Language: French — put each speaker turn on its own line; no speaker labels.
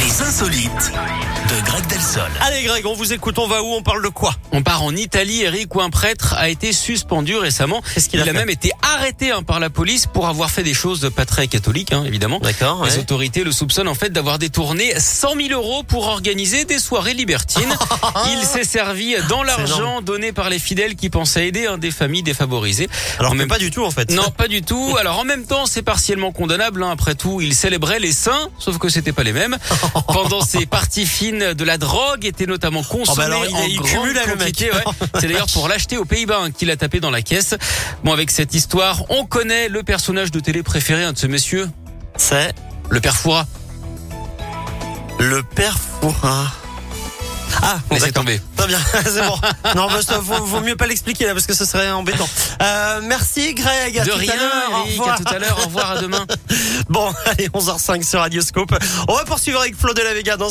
insolite de Greg Delsol.
Allez Greg, on vous écoute, on va où, on parle de quoi
On part en Italie, Eric, où un prêtre a été suspendu récemment.
Qu'est-ce qu'il a
Il a
fait
même été arrêté hein, par la police pour avoir fait des choses de pas très catholiques, hein, évidemment.
D'accord, ouais.
Les autorités le soupçonnent en fait d'avoir détourné 100 000 euros pour organiser des soirées libertines. Il s'est servi dans l'argent donné par les fidèles qui pensaient aider hein, des familles défavorisées.
Alors
En
même
même
pas du tout en fait.
Non, pas du tout. Alors en même temps, c'est partiellement condamnable. hein. Après tout, il célébrait les saints, sauf que c'était pas les mêmes. Pendant ses parties fines de la drogue était notamment consommée
Oh bah alors, il-
en
il
grande
cumule, là, le mec.
quantité. ouais. C'est d'ailleurs pour l'acheter aux Pays-Bas hein, qu'il a tapé dans la caisse. Bon, avec cette histoire, on connaît le personnage de télé préféré hein, de ce monsieur,
C'est
le père Fourat.
le père Fourin. Ah, bon,
Laissez
d'accord.
tomber.
Très bien, c'est bon. Non, bah, ça, vaut, vaut mieux pas l'expliquer là parce que ce serait embêtant. Euh, merci Greg. À
De
tout
rien,
à l'heure. Au
Eric.
revoir.
À tout à l'heure. Au revoir. À demain.
Bon, allez, 11h05 sur Radioscope. On va poursuivre avec Flo de la Vega dans